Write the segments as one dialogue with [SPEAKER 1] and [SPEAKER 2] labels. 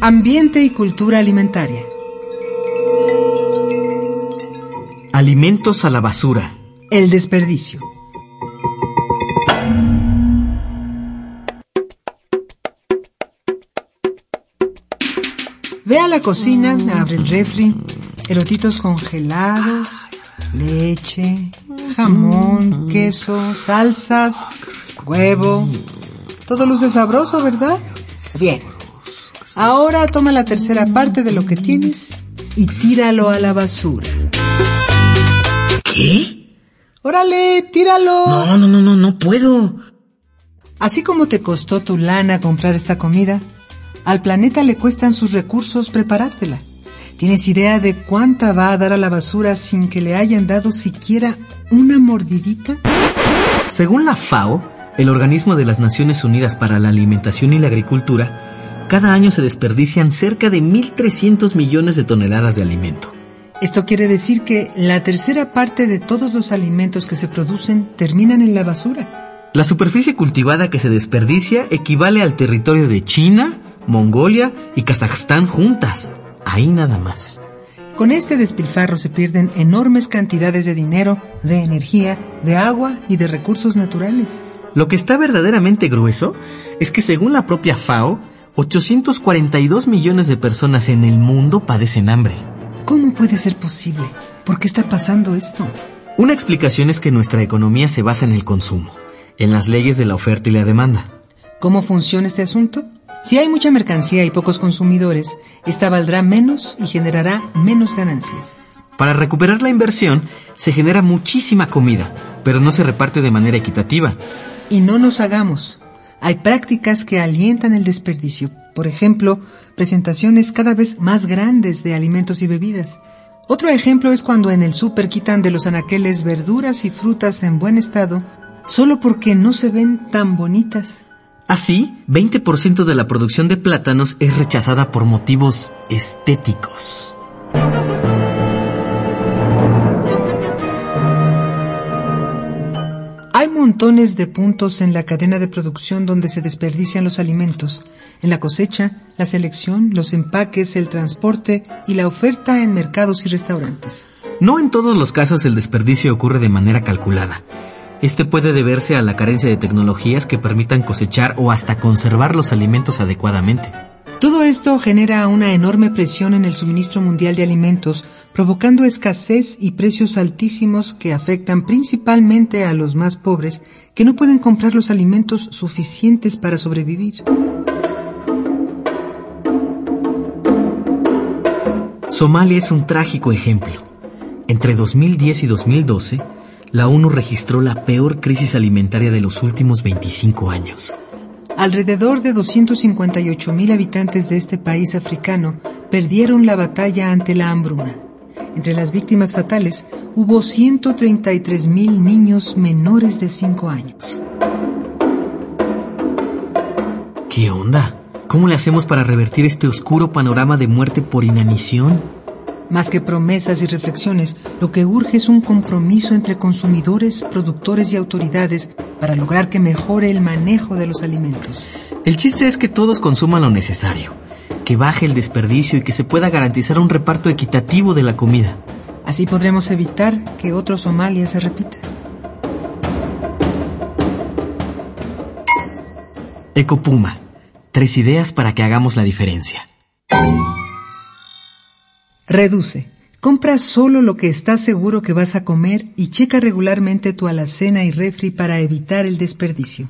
[SPEAKER 1] Ambiente y cultura alimentaria.
[SPEAKER 2] Alimentos a la basura.
[SPEAKER 1] El desperdicio. Ve a la cocina, abre el refri, elotitos congelados, leche, jamón, queso, salsas, huevo. Todo luce sabroso, ¿verdad? Bien. Ahora toma la tercera parte de lo que tienes y tíralo a la basura.
[SPEAKER 2] ¿Qué?
[SPEAKER 1] Órale, tíralo.
[SPEAKER 2] No, no, no, no, no puedo.
[SPEAKER 1] Así como te costó tu lana comprar esta comida, al planeta le cuestan sus recursos preparártela. ¿Tienes idea de cuánta va a dar a la basura sin que le hayan dado siquiera una mordidita?
[SPEAKER 2] Según la FAO, el Organismo de las Naciones Unidas para la Alimentación y la Agricultura, cada año se desperdician cerca de 1.300 millones de toneladas de alimento.
[SPEAKER 1] Esto quiere decir que la tercera parte de todos los alimentos que se producen terminan en la basura.
[SPEAKER 2] La superficie cultivada que se desperdicia equivale al territorio de China, Mongolia y Kazajstán juntas. Ahí nada más.
[SPEAKER 1] Con este despilfarro se pierden enormes cantidades de dinero, de energía, de agua y de recursos naturales.
[SPEAKER 2] Lo que está verdaderamente grueso es que según la propia FAO, 842 millones de personas en el mundo padecen hambre.
[SPEAKER 1] ¿Cómo puede ser posible? ¿Por qué está pasando esto?
[SPEAKER 2] Una explicación es que nuestra economía se basa en el consumo, en las leyes de la oferta y la demanda.
[SPEAKER 1] ¿Cómo funciona este asunto? Si hay mucha mercancía y pocos consumidores, esta valdrá menos y generará menos ganancias.
[SPEAKER 2] Para recuperar la inversión, se genera muchísima comida, pero no se reparte de manera equitativa.
[SPEAKER 1] Y no nos hagamos. Hay prácticas que alientan el desperdicio. Por ejemplo, presentaciones cada vez más grandes de alimentos y bebidas. Otro ejemplo es cuando en el súper quitan de los anaqueles verduras y frutas en buen estado solo porque no se ven tan bonitas.
[SPEAKER 2] Así, 20% de la producción de plátanos es rechazada por motivos estéticos.
[SPEAKER 1] Hay montones de puntos en la cadena de producción donde se desperdician los alimentos, en la cosecha, la selección, los empaques, el transporte y la oferta en mercados y restaurantes.
[SPEAKER 2] No en todos los casos el desperdicio ocurre de manera calculada. Este puede deberse a la carencia de tecnologías que permitan cosechar o hasta conservar los alimentos adecuadamente.
[SPEAKER 1] Todo esto genera una enorme presión en el suministro mundial de alimentos, provocando escasez y precios altísimos que afectan principalmente a los más pobres, que no pueden comprar los alimentos suficientes para sobrevivir.
[SPEAKER 2] Somalia es un trágico ejemplo. Entre 2010 y 2012, la ONU registró la peor crisis alimentaria de los últimos 25 años.
[SPEAKER 1] Alrededor de 258 mil habitantes de este país africano perdieron la batalla ante la hambruna. Entre las víctimas fatales hubo 133 mil niños menores de 5 años.
[SPEAKER 2] ¿Qué onda? ¿Cómo le hacemos para revertir este oscuro panorama de muerte por inanición?
[SPEAKER 1] Más que promesas y reflexiones, lo que urge es un compromiso entre consumidores, productores y autoridades para lograr que mejore el manejo de los alimentos.
[SPEAKER 2] El chiste es que todos consuman lo necesario, que baje el desperdicio y que se pueda garantizar un reparto equitativo de la comida.
[SPEAKER 1] Así podremos evitar que otro Somalia se repita.
[SPEAKER 2] Ecopuma. Tres ideas para que hagamos la diferencia.
[SPEAKER 1] Reduce. Compra solo lo que estás seguro que vas a comer y checa regularmente tu alacena y refri para evitar el desperdicio.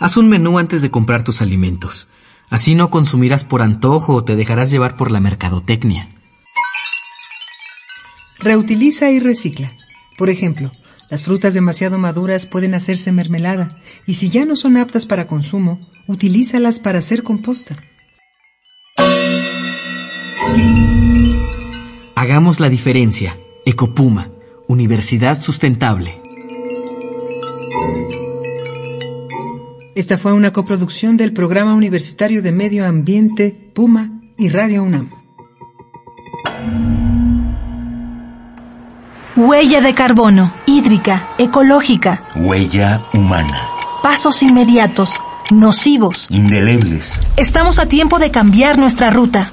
[SPEAKER 2] Haz un menú antes de comprar tus alimentos. Así no consumirás por antojo o te dejarás llevar por la mercadotecnia.
[SPEAKER 1] Reutiliza y recicla. Por ejemplo, las frutas demasiado maduras pueden hacerse mermelada y si ya no son aptas para consumo, utilízalas para hacer composta.
[SPEAKER 2] Hagamos la diferencia. Ecopuma, Universidad Sustentable.
[SPEAKER 1] Esta fue una coproducción del Programa Universitario de Medio Ambiente, Puma y Radio UNAM.
[SPEAKER 3] Huella de carbono, hídrica, ecológica,
[SPEAKER 4] Huella humana.
[SPEAKER 3] pasos inmediatos, nocivos.
[SPEAKER 4] Indelebles.
[SPEAKER 3] Estamos a tiempo de cambiar nuestra ruta,